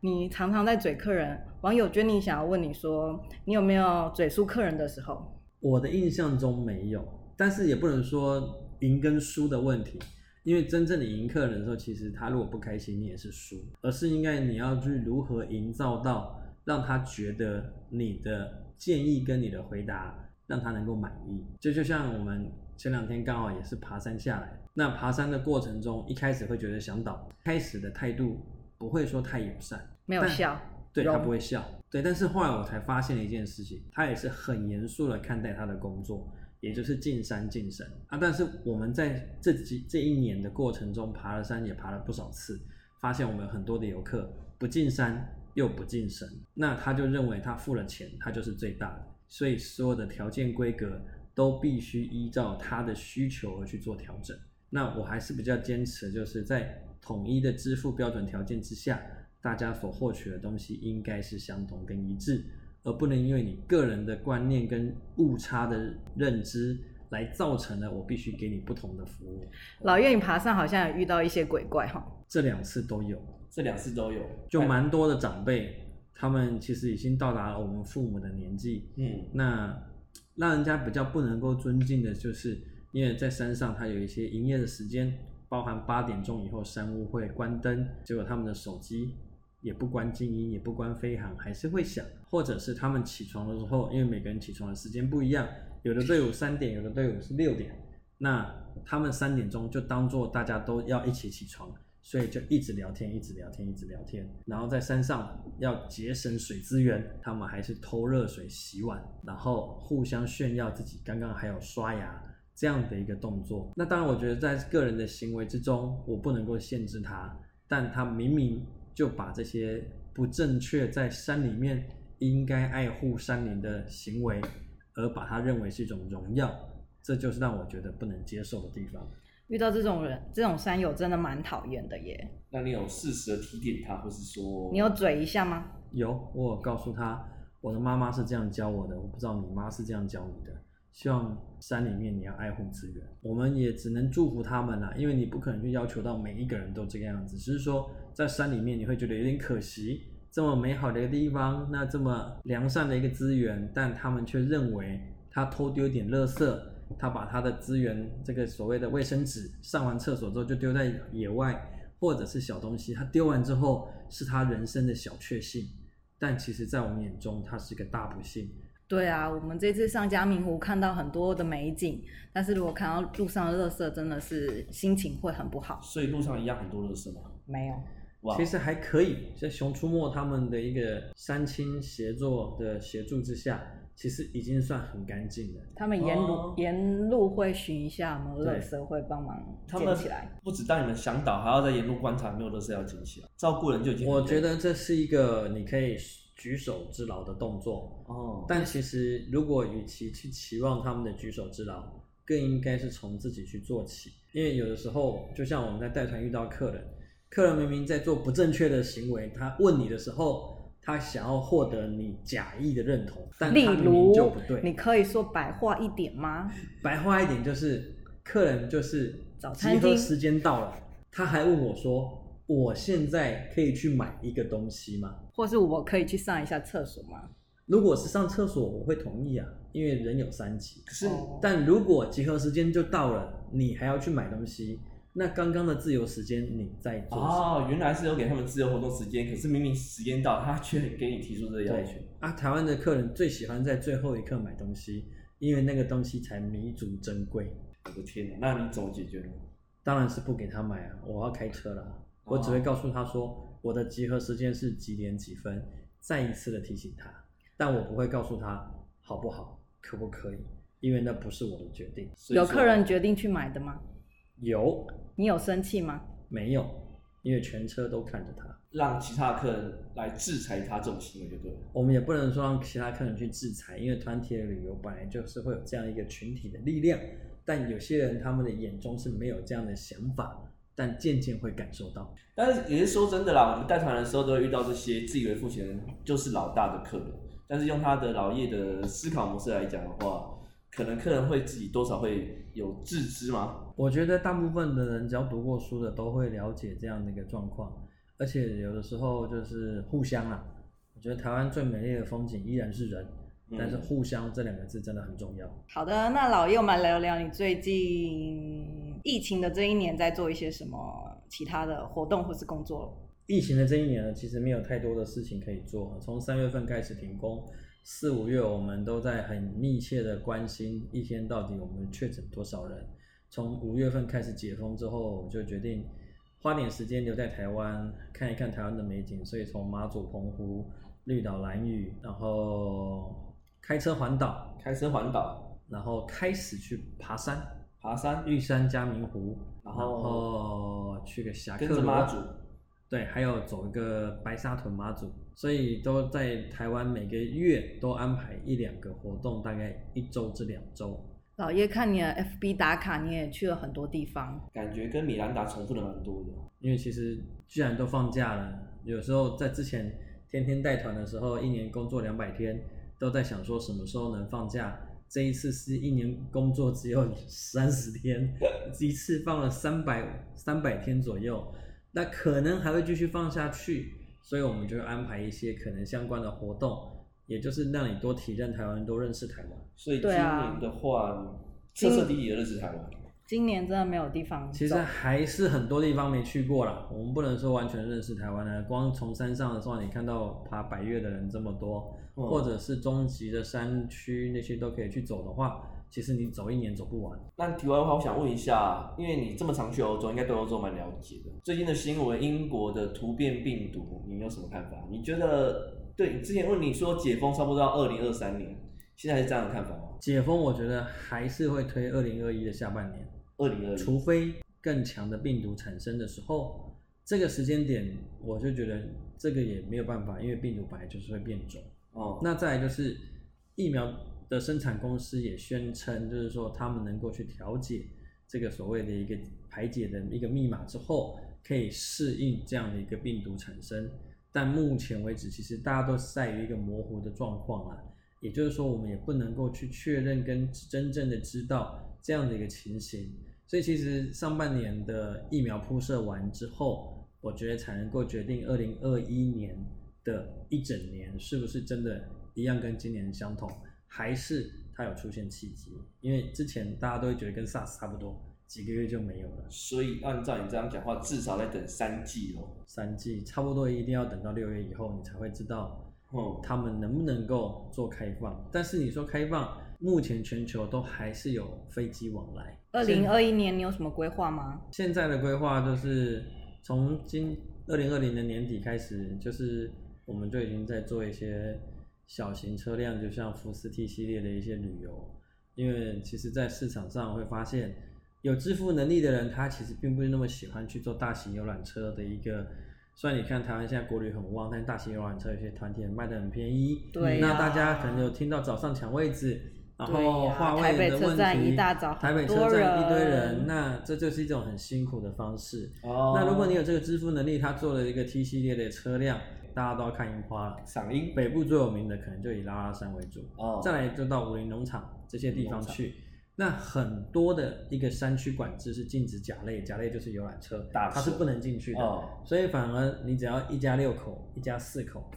Speaker 1: 你常常在嘴客人，网友 Jenny 想要问你说，你有没有嘴输客人的时候？
Speaker 5: 我的印象中没有，但是也不能说赢跟输的问题，因为真正的赢客人的时候，其实他如果不开心，你也是输，而是应该你要去如何营造到让他觉得你的建议跟你的回答让他能够满意。这就像我们前两天刚好也是爬山下来，那爬山的过程中，一开始会觉得想倒，开始的态度不会说太友善，
Speaker 1: 没有
Speaker 5: 但
Speaker 1: 笑，
Speaker 5: 对他
Speaker 1: 容
Speaker 5: 不会笑，对。但是后来我才发现了一件事情，他也是很严肃的看待他的工作，也就是进山进神啊。但是我们在这几这一年的过程中，爬了山也爬了不少次，发现我们有很多的游客不进山又不进神，那他就认为他付了钱，他就是最大的，所以所有的条件规格都必须依照他的需求而去做调整。那我还是比较坚持，就是在统一的支付标准条件之下，大家所获取的东西应该是相同跟一致，而不能因为你个人的观念跟误差的认知来造成了我必须给你不同的服务。
Speaker 1: 老叶，你爬上好像有遇到一些鬼怪哈，
Speaker 5: 这两次都有，
Speaker 3: 这两次都有，
Speaker 5: 就蛮多的长辈，他们其实已经到达了我们父母的年纪，
Speaker 3: 嗯
Speaker 5: 那让人家比较不能够尊敬的就是，因为在山上它有一些营业的时间，包含八点钟以后山屋会关灯，结果他们的手机也不关静音，也不关飞行，还是会响，或者是他们起床的时候，因为每个人起床的时间不一样，有的队伍三点，有的队伍是六点，那他们三点钟就当做大家都要一起起床。所以就一直聊天，一直聊天，一直聊天。然后在山上要节省水资源，他们还是偷热水洗碗，然后互相炫耀自己刚刚还有刷牙这样的一个动作。那当然，我觉得在个人的行为之中，我不能够限制他，但他明明就把这些不正确在山里面应该爱护山林的行为，而把它认为是一种荣耀，这就是让我觉得不能接受的地方。
Speaker 1: 遇到这种人，这种山友真的蛮讨厌的耶。
Speaker 3: 那你有适时的提点他，或是说
Speaker 1: 你有嘴一下吗？
Speaker 5: 有，我有告诉他，我的妈妈是这样教我的，我不知道你妈是这样教你的。希望山里面你要爱护资源，我们也只能祝福他们啦，因为你不可能去要求到每一个人都这个样子，只是说在山里面你会觉得有点可惜，这么美好的一个地方，那这么良善的一个资源，但他们却认为他偷丢一点垃圾，他把他的资源这个所谓的卫生纸上完厕所之后就丢在野外，或者是小东西，他丢完之后是他人生的小确幸，但其实在我们眼中它是一个大不幸。
Speaker 1: 对啊，我们这次上嘉明湖看到很多的美景，但是如果看到路上的垃圾，真的是心情会很不好。
Speaker 3: 所以路上一样很多垃圾吗？
Speaker 1: 没有，
Speaker 3: 哇，哦
Speaker 5: 其实还可以，在《熊出没》他们的一个三清协作的协助之下，其实已经算很干净了。
Speaker 1: 他们沿路、
Speaker 3: 哦
Speaker 1: 沿路会巡一下，有没有
Speaker 5: 对
Speaker 1: 垃圾会帮忙
Speaker 3: 他们
Speaker 1: 捡起来。
Speaker 3: 不止带你们向导，还要在沿路观察有没有垃圾要捡起来，照顾人就已经很累
Speaker 5: 我觉得这是一个你可以举手之劳的动作，
Speaker 3: 哦，
Speaker 5: 但其实如果与其去期望他们的举手之劳，更应该是从自己去做起。因为有的时候，就像我们在带团遇到客人，客人明明在做不正确的行为，他问你的时候。他想要获得你假意的认同，但
Speaker 1: 例
Speaker 5: 他明明就
Speaker 1: 如
Speaker 5: 不对。，
Speaker 1: 你可以说白话一点吗？
Speaker 5: 白话一点就是，客人就是
Speaker 1: 早餐
Speaker 5: 集合
Speaker 1: 厅
Speaker 5: 时间到了，他还问我说，我现在可以去买一个东西吗？
Speaker 1: 或是我可以去上一下厕所吗？
Speaker 5: 如果是上厕所，我会同意啊，因为人有三急。
Speaker 3: 可是
Speaker 1: 哦
Speaker 5: 但如果集合时间就到了，你还要去买东西，那刚刚的自由时间你在做什么？
Speaker 3: 哦，原来是有给他们自由活动时间，可是明明时间到，他却给你提出这个要求
Speaker 5: 对。啊，台湾的客人最喜欢在最后一刻买东西，因为那个东西才弥足珍贵。
Speaker 3: 我的天哪，那你怎么解决呢？
Speaker 5: 当然是不给他买啊，我要开车啦。我只会告诉他说我的集合时间是几点几分，再一次的提醒他，但我不会告诉他好不好，可不可以，因为那不是我的决定。
Speaker 3: 所以
Speaker 1: 有
Speaker 3: 说
Speaker 1: 客人决定去买的吗？
Speaker 5: 有
Speaker 1: 你有生气吗？
Speaker 5: 没有？因为全车都看着他，
Speaker 3: 让其他客人来制裁他这种行为就对了。
Speaker 5: 我们也不能说让其他客人去制裁，因为团体的旅游本来就是会有这样一个群体的力量，但有些人他们的眼中是没有这样的想法，但渐渐会感受到。
Speaker 3: 但是也是说真的啦，我们带团的时候都会遇到这些自以为付钱就是老大的客人，但是用他的老叶的思考模式来讲的话，可能客人会自己多少会有自知嘛。
Speaker 5: 我觉得大部分的人只要读过书的都会了解这样的一个状况，而且有的时候就是互相啊，我觉得台湾最美丽的风景依然是人，
Speaker 3: 嗯
Speaker 5: 但是互相这两个字真的很重要。
Speaker 1: 好的，那老叶，我们来聊聊你最近疫情的这一年在做一些什么其他的活动或是工作。
Speaker 5: 疫情的这一年呢，其实没有太多的事情可以做，啊从三月份开始停工，四五月我们都在很密切的关心，一天到底我们确诊多少人。从五月份开始解封之后，我就决定花点时间留在台湾，看一看台湾的美景，所以从马祖、澎湖、绿岛、蓝屿，然后开车环岛，
Speaker 3: 开车环岛、
Speaker 5: 然后开始去爬山，
Speaker 3: 爬山，
Speaker 5: 玉山、嘉明湖，
Speaker 3: 然
Speaker 5: 然
Speaker 3: 后
Speaker 5: 后去个峡克
Speaker 3: 跟着
Speaker 5: 罗
Speaker 3: 妈祖，
Speaker 5: 对，还有走一个白沙屯妈祖，所以都在台湾每个月都安排一两个活动，大概一周至两周。
Speaker 1: 老叶，看你的 FB 打卡，你也去了很多地方，
Speaker 3: 感觉跟米兰达重复的蛮多的。
Speaker 5: 因为其实既然都放假了，有时候在之前天天带团的时候，一年工作两百天，都在想说什么时候能放假，这一次是一年工作只有三十天，一次放了三百三百天左右，那可能还会继续放下去，所以我们就会安排一些可能相关的活动，也就是让你多体认台湾，多认识台湾。
Speaker 3: 所以今
Speaker 1: 对啊
Speaker 3: 年的话，彻彻底底的认识台湾。
Speaker 5: 嗯
Speaker 1: 今年真的没有地方
Speaker 5: 其实啊
Speaker 1: 走
Speaker 5: 还是很多地方没去过啦，我们不能说完全认识台湾呢。光从山上的时候，你看到爬百越的人这么多，
Speaker 3: 嗯
Speaker 5: 或者是中级的山区那些都可以去走的话，其实你走一年走不完。
Speaker 3: 那题外话，我想问一下，因为你这么常去欧洲，应该对欧洲蛮了解的。最近的新闻，英国的突变病毒，你有什么看法？你觉得对？之前问你说解封差不多到二零二三年，现在还是这样的看法吗？
Speaker 5: 解封，我觉得还是会推二零二一的下半年，
Speaker 3: 二零二
Speaker 5: 除
Speaker 3: 一，
Speaker 5: 非更强的病毒产生的时候，这个时间点我就觉得这个也没有办法，因为病毒本来就是会变种。
Speaker 3: 哦，
Speaker 5: 那再来就是疫苗的生产公司也宣称，就是说他们能够去调节这个所谓的一个排解的一个密码之后，可以适应这样的一个病毒产生。但目前为止，其实大家都是在于一个模糊的状况啦，也就是说，我们也不能够去确认跟真正的知道这样的一个情形。所以其实上半年的疫苗铺设完之后，我觉得才能够决定二零二一年的一整年是不是真的一样跟今年相同，还是它有出现契机？因为之前大家都会觉得跟 SARS 差不多，几个月就没有了，
Speaker 3: 所以按照你这样讲话，至少在等三季哦。
Speaker 5: 三季差不多一定要等到六月以后，你才会知道
Speaker 3: 哦，
Speaker 5: 他们能不能够做开放。但是你说开放，目前全球都还是有飞机往来。
Speaker 1: 二零二一年你有什么规划吗？
Speaker 5: 现在的规划就是从今二零二零的年底开始，就是我们就已经在做一些小型车辆，就像福斯 T 系列的一些旅游。因为其实，在市场上会发现，有支付能力的人，他其实并不是那么喜欢去做大型游览车的一个。虽然你看台湾现在国旅很旺，但大型游览车有些团体也卖的很便宜。
Speaker 1: 对
Speaker 5: 那
Speaker 1: 呀
Speaker 5: 大家可能有听到早上抢位置，然
Speaker 1: 对
Speaker 5: 后
Speaker 1: 呀
Speaker 5: 话
Speaker 1: 台
Speaker 5: 位
Speaker 1: 北
Speaker 5: 的
Speaker 1: 车
Speaker 5: 问
Speaker 1: 站
Speaker 5: 题，
Speaker 1: 一大早很
Speaker 5: 台北车
Speaker 1: 多
Speaker 5: 站一堆
Speaker 1: 人
Speaker 5: 人，那这就是一种很辛苦的方式。
Speaker 3: 哦
Speaker 5: 那如果你有这个支付能力，他做了一个 T 系列的车辆，大家都要看樱花了。
Speaker 3: 嗓音，
Speaker 5: 北部最有名的可能就以拉拉山为主，
Speaker 3: 哦，
Speaker 5: 再来就到武林农场这些地方去。那很多的一个山区管制是禁止甲类，甲类就是游览车，
Speaker 3: 大
Speaker 5: 它是
Speaker 3: 车
Speaker 5: 不能进去的。
Speaker 3: 哦，
Speaker 5: 所以反而你只要一家六口、一家四口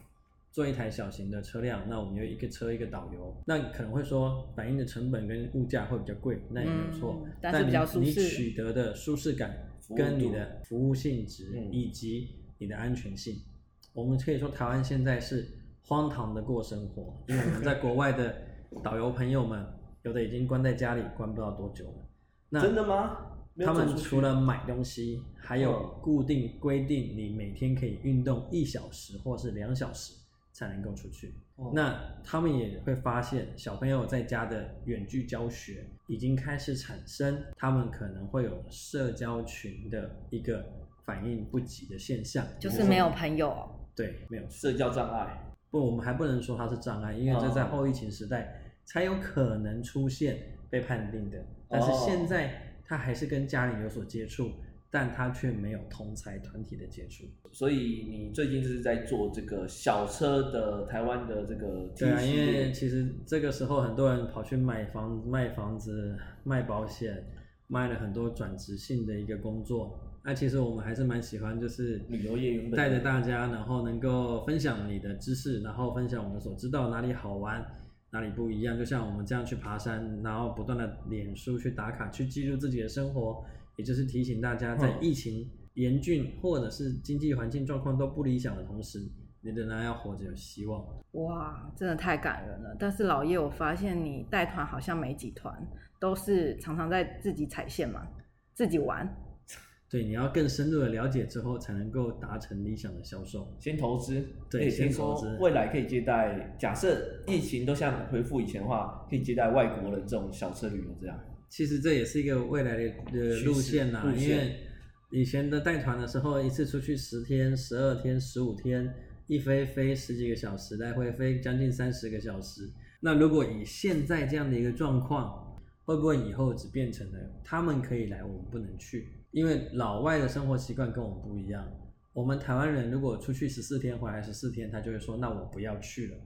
Speaker 5: 做一台小型的车辆，那我们有一个车一个导游，那可能会说反映的成本跟物价会比较贵，那也没有错，
Speaker 1: 嗯但是比较舒
Speaker 5: 你你
Speaker 1: 适
Speaker 5: 取得的舒适感
Speaker 3: 服务
Speaker 5: 跟你
Speaker 3: 度
Speaker 5: 的服务性质、
Speaker 3: 嗯
Speaker 5: 以及你的安全性，我们可以说台湾现在是荒唐的过生活，因为我们在国外的导游朋友们有的已经关在家里关不知道多久了，那
Speaker 3: 真的吗？没有
Speaker 5: 他
Speaker 3: 走
Speaker 5: 们
Speaker 3: 出去嗯
Speaker 5: 除了买东西，还有固定规定，你每天可以运动一小时或是两小时才能够出去。
Speaker 3: 哦
Speaker 5: 那他们也会发现，小朋友在家的远距教学已经开始产生，他们可能会有社交群的一个反应不及的现象，
Speaker 1: 就是没有朋友哦，
Speaker 5: 对，没有
Speaker 3: 社交障碍，
Speaker 5: 不，我们还不能说它是障碍，因为
Speaker 3: 哦
Speaker 5: 这在后疫情时代才有可能出现被判定的。但
Speaker 3: 哦
Speaker 5: 是现在他还是跟家人有所接触，但他却没有同才团体的接触。
Speaker 3: 所以你最近就是在做这个小车的台湾的这个 T
Speaker 5: 对啊，
Speaker 3: 系
Speaker 5: 因为
Speaker 3: 列，
Speaker 5: 其实这个时候很多人跑去买房、卖房子、卖保险，卖了很多转职性的一个工作。那其实我们还是蛮喜欢，就是
Speaker 3: 旅游业原本
Speaker 5: 带着大家，然后能够分享你的知识，然后分享我们所知道哪里好玩，哪里不一样。就像我们这样去爬山，然后不断的脸书去打卡，去记录自己的生活，也就是提醒大家，在
Speaker 3: 嗯
Speaker 5: 疫情严峻或者是经济环境状况都不理想的同时，你仍然要活着有希望。
Speaker 1: 哇，真的太感人了。但是老叶，我发现你带团好像没几团，都是常常在自己踩线嘛，自己玩。
Speaker 5: 对，你要更深入的了解之后，才能够达成理想的销售。
Speaker 3: 先投资，
Speaker 5: 对
Speaker 3: 也听
Speaker 5: 先
Speaker 3: 说
Speaker 5: 投资
Speaker 3: 未来可以接待，假设疫情都像恢复以前的话，可以接待外国人这种小车旅游这样。
Speaker 5: 其实这也是一个未来的
Speaker 3: 趋
Speaker 5: 呃
Speaker 3: 势
Speaker 5: 路线啦，
Speaker 3: 路线
Speaker 5: 因为以前的带团的时候，一次出去十天、十二天、十五天，一飞飞十几个小时，来回飞将近三十个小时。那如果以现在这样的一个状况，会不会以后只变成了他们可以来，我们不能去？因为老外的生活习惯跟我们不一样。我们台湾人如果出去十四天，回来十四天，他就会说：“那我不要去了。”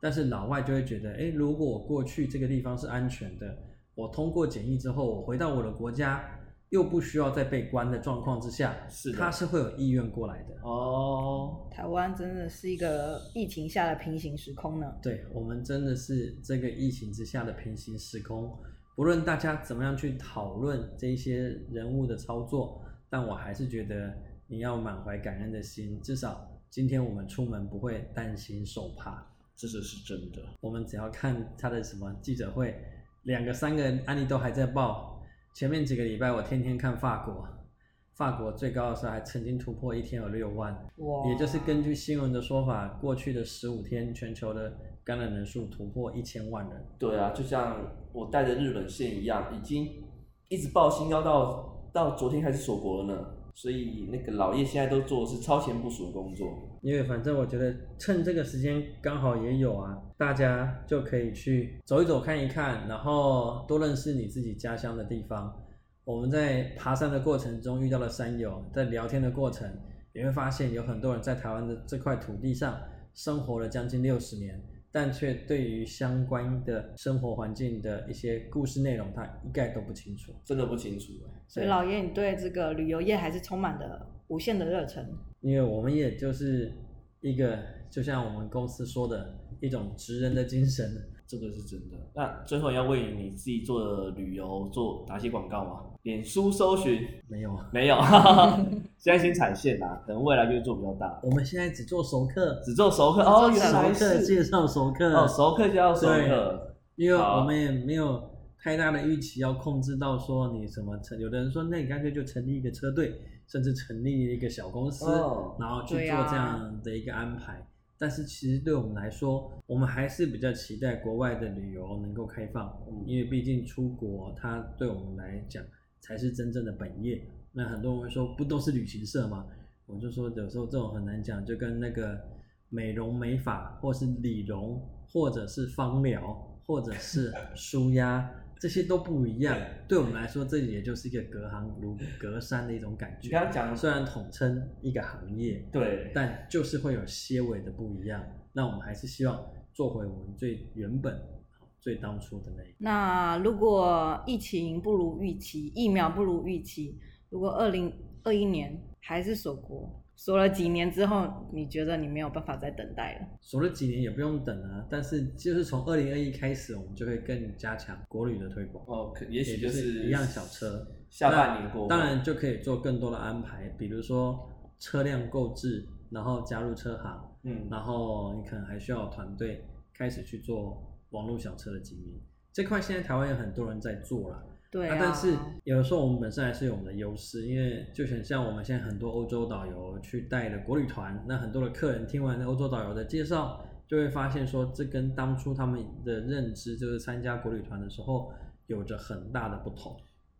Speaker 5: 但是老外就会觉得，诶，如果我过去这个地方是安全的，我通过检疫之后，我回到我的国家，又不需要再被关的状况之下，
Speaker 3: 是的
Speaker 5: 他是会有意愿过来的。
Speaker 3: 哦，
Speaker 1: 台湾真的是一个疫情下的平行时空呢。
Speaker 5: 对我们真的是这个疫情之下的平行时空，不论大家怎么样去讨论这一些人物的操作，但我还是觉得你要满怀感恩的心，至少今天我们出门不会担心受怕。
Speaker 3: 这个是真的。
Speaker 5: 我们只要看他的什么记者会，两个三个案例都还在报。前面几个礼拜我天天看法国，法国最高的时候还曾经突破一天有六万，
Speaker 1: 哇
Speaker 5: 也就是根据新闻的说法，过去的十五天全球的感染人数突破一千万人。
Speaker 3: 对啊，就像我带着日本线一样，已经一直报新高到到昨天开始锁国了呢。所以那个老叶现在都做的是超前部署的工作。
Speaker 5: 因为反正我觉得趁这个时间刚好也有啊，大家就可以去走一走、看一看，然后多认识你自己家乡的地方。我们在爬山的过程中遇到了山友，在聊天的过程，你会发现有很多人在台湾的这块土地上生活了将近六十年，但却对于相关的生活环境的一些故事内容，他一概都不清楚。
Speaker 3: 真的不清楚欸、
Speaker 1: 所以老爷，你对这个旅游业还是充满了无限的热忱。
Speaker 5: 因为我们也就是一个，就像我们公司说的一种职人的精神。
Speaker 3: 这个是真的。那最后要为你自己做的旅游做打些广告吗？脸书搜寻
Speaker 5: 没有啊，
Speaker 3: 没 有，现在先踩线啦，可能未来就会做比较大，
Speaker 5: 我们现在只做熟客，
Speaker 3: 只做熟客哦，
Speaker 1: 只做
Speaker 3: 原
Speaker 1: 熟
Speaker 3: 来
Speaker 5: 熟客介
Speaker 3: 是
Speaker 5: 绍熟客，
Speaker 3: 哦，熟客就啊要熟客，
Speaker 5: 因为
Speaker 3: 好
Speaker 5: 我们也没有太大的预期要控制到说你什么成，有的人说那你干脆就成立一个车队，甚至成立一个小公司，
Speaker 3: 哦
Speaker 5: 然后去
Speaker 1: 对
Speaker 5: 做
Speaker 1: 啊
Speaker 5: 这样的一个安排。但是其实对我们来说，我们还是比较期待国外的旅游能够开放，
Speaker 3: 嗯
Speaker 5: 因为毕竟出国它对我们来讲才是真正的本业。那很多人会说，不都是旅行社吗？我就说有时候这种很难讲，就跟那个美容美发，或是理容，或者是芳疗，或者是舒压，这些都不一样。对我们来说，这也就是一个隔行如隔山的一种感
Speaker 3: 你
Speaker 5: 觉
Speaker 3: 刚。刚讲
Speaker 5: 虽然统称一个行业，
Speaker 3: 对，
Speaker 5: 但就是会有些微的不一样。那我们还是希望做回我们最原本、最当初的那一个。
Speaker 1: 那如果疫情不如预期，疫苗不如预期，如果二零二一年还是锁国，锁了几年之后，你觉得你没有办法再等待了？
Speaker 5: 守了几年也不用等啊，但是就是从二零二一开始，我们就会更加强国旅的推广。
Speaker 3: 哦，可也许
Speaker 5: 也就
Speaker 3: 就是
Speaker 5: 是一辆小车，
Speaker 3: 下半年过后，
Speaker 5: 当然就可以做更多的安排，比如说车辆购置，然后加入车行，
Speaker 3: 嗯，
Speaker 5: 然后你可能还需要有团队开始去做网络小车的经营。这块现在台湾有很多人在做啦，
Speaker 1: 对啊，
Speaker 5: 但是有的时候我们本身还是有我们的优势，因为就很像我们现在很多欧洲导游去带的国旅团，那很多的客人听完欧洲导游的介绍，就会发现说，这跟当初他们的认知就是参加国旅团的时候有着很大的不同。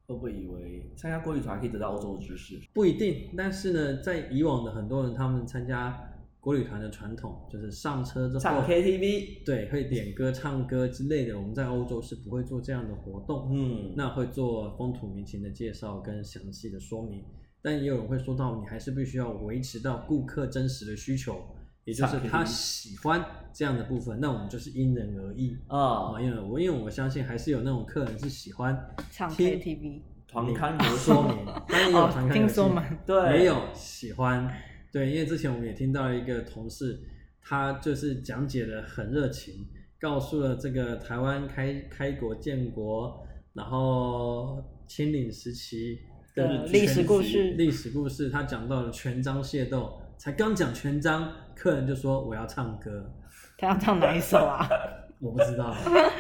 Speaker 3: 会不会以为参加国旅团可以得到欧洲的知识？
Speaker 5: 不一定，但是呢，在以往的很多人，他们参加国旅团的传统就是上车之后
Speaker 3: 唱 KTV，
Speaker 5: 对，会点歌、唱歌之类的。我们在欧洲是不会做这样的活动，
Speaker 3: 嗯，
Speaker 5: 那会做风土民情的介绍跟详细的说明。但也有人会说到，你还是必须要维持到顾客真实的需求，也就是
Speaker 3: 唱 KTV
Speaker 5: 他喜欢这样的部分。那我们就是因人而异
Speaker 3: 啊
Speaker 5: 啊，，因为我因为我相信还是有那种客人是喜欢
Speaker 1: 唱
Speaker 5: 听
Speaker 1: KTV，
Speaker 3: 团刊
Speaker 5: 有
Speaker 3: 有
Speaker 5: 说
Speaker 3: 说
Speaker 5: 明，
Speaker 3: 明，
Speaker 5: 但也有团
Speaker 1: 哦
Speaker 5: 刊
Speaker 1: 听说嘛
Speaker 3: 对
Speaker 5: 也有喜欢，对，因为之前我们也听到一个同事，他就是讲解的很热情，告诉了这个台湾开开国建国，然后清领时期的
Speaker 1: 的历史故事
Speaker 5: 历史故事，他讲到了全章械斗，才刚讲全章，客人就说我要唱歌，
Speaker 1: 他要唱哪一首啊？
Speaker 5: 我不知道。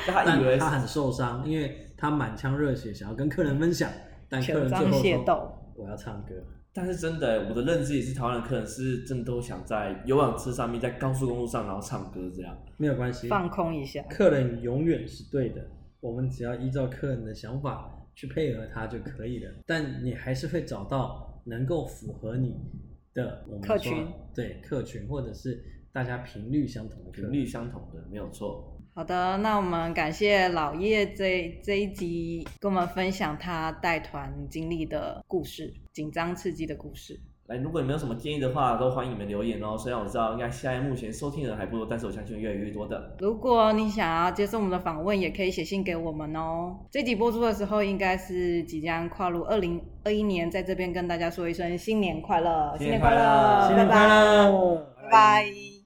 Speaker 3: 他以为
Speaker 5: 但
Speaker 3: 是
Speaker 5: 他很受伤，因为他满腔热血想要跟客人分享，但哎客人最后
Speaker 1: 全章械
Speaker 5: 说
Speaker 1: 斗：“
Speaker 5: 我要唱歌。
Speaker 3: 但是真的欸，我的认知也是，台湾的客人是真的都想在游览车上面，在高速公路上，然后唱歌这样。”
Speaker 5: 没有关系，
Speaker 1: 放空一下，
Speaker 5: 客人永远是对的，我们只要依照客人的想法去配合他就可以了。但你还是会找到能够符合你的我们说
Speaker 1: 客群，
Speaker 5: 对客群或者是大家频率相同的客
Speaker 3: 频
Speaker 5: 人
Speaker 3: 率相同的没有错，
Speaker 1: 好的，那我们感谢老叶这这一集跟我们分享他带团经历的故事，紧张刺激的故事。
Speaker 3: 来，如果你们有什么建议的话，都欢迎你们留言哦。虽然我知道应该现在目前收听的人还不多，但是我相信会越来越多的。
Speaker 1: 如果你想要接受我们的访问，也可以写信给我们哦。这集播出的时候，应该是即将跨入二零二一年，在这边跟大家说一声新年快乐，
Speaker 3: 新年
Speaker 1: 快
Speaker 3: 快乐
Speaker 1: 乐，
Speaker 5: 新年快
Speaker 1: 拜拜
Speaker 5: 乐！
Speaker 1: 拜拜